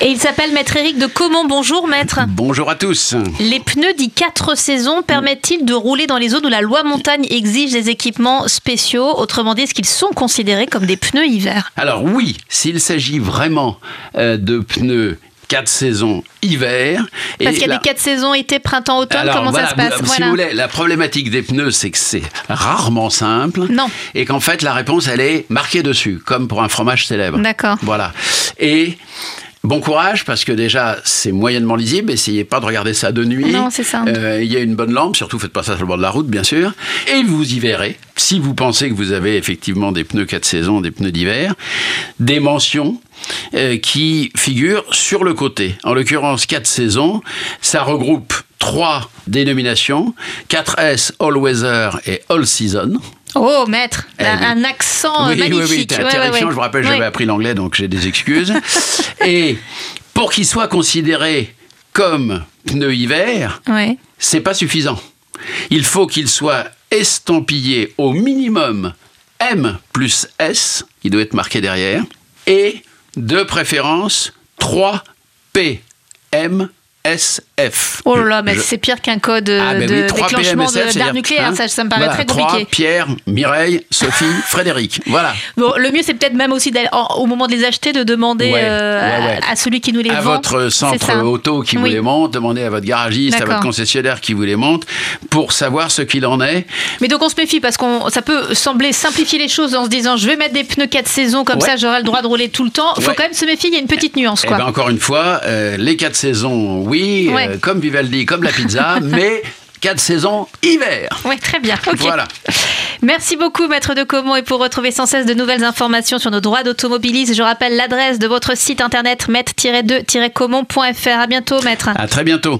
Et il s'appelle Maître Éric de Comment. Bonjour Maître. Bonjour à tous. Les pneus dits quatre saisons permettent-ils de rouler dans les zones où la loi montagne exige des équipements spéciaux Autrement dit, est-ce qu'ils sont considérés comme des pneus hiver Alors oui, s'il s'agit vraiment euh, de pneus quatre saisons hiver. Parce qu'il y a des quatre saisons, été, printemps, automne, Alors, comment voilà, ça se passe vous- Si Voilà. vous voulez, la problématique des pneus, c'est que c'est rarement simple. Non. Et qu'en fait, la réponse, elle est marquée dessus, comme pour un fromage célèbre. D'accord. Voilà. Et bon courage, parce que déjà, c'est moyennement lisible. Essayez pas de regarder ça de nuit. Non, c'est ça. Euh, Il y a une bonne lampe, surtout faites pas ça sur le bord de la route, bien sûr. Et vous y verrez. Si vous pensez que vous avez effectivement des pneus quatre saisons, des pneus d'hiver, des mentions euh, qui figurent sur le côté. En l'occurrence, quatre saisons, ça regroupe trois dénominations 4S, All Weather et All Season. Oh Maître, Eh un, oui. un accent euh, oui, oui, oui, magnifique. t'es Ouais, ouais, terrifiant. ouais. Je vous rappelle, j'avais Oui. appris l'anglais, donc j'ai des excuses. et pour qu'ils soient considérés comme pneus hiver, Ouais. c'est pas suffisant. Il faut qu'il soit estampillé au minimum M plus S, qui doit être marqué derrière, et de préférence 3 P M S F. Oh là là, mais Je- c'est pire qu'un code euh, Ah, ben de oui, 3 déclenchement PMSF, de- c'est-à-dire, d'armes nucléaires, hein, ça, ça me paraît voilà, très 3, compliqué. Pierre, Mireille, Sophie, Frédéric. Voilà. Bon, le mieux, c'est peut-être même aussi d'aller- en- au moment de les acheter, de demander Ouais, euh, ouais, ouais. À, à celui qui nous les à vend. votre C'est centre ça. auto qui vous Oui. les monte, demandez à votre garagiste, à D'accord. votre concessionnaire qui vous les monte, pour savoir ce qu'il en est. Mais donc on se méfie parce qu'on ça peut sembler simplifier les choses en se disant je vais mettre des pneus 4 saisons comme Ouais. ça j'aurai le droit de rouler tout le temps. Faut Ouais. quand même se méfier, il y a une petite nuance Eh quoi. ben, encore une fois, euh, les quatre saisons, oui, Ouais. euh, comme Vivaldi, comme la pizza, mais quatre saisons hiver. Ouais, très bien. Ok. Voilà. Merci beaucoup, Maître de Comont. Et pour retrouver sans cesse de nouvelles informations sur nos droits d'automobilistes, je rappelle l'adresse de votre site internet maître-2-comont.fr. À bientôt, Maître. À très bientôt.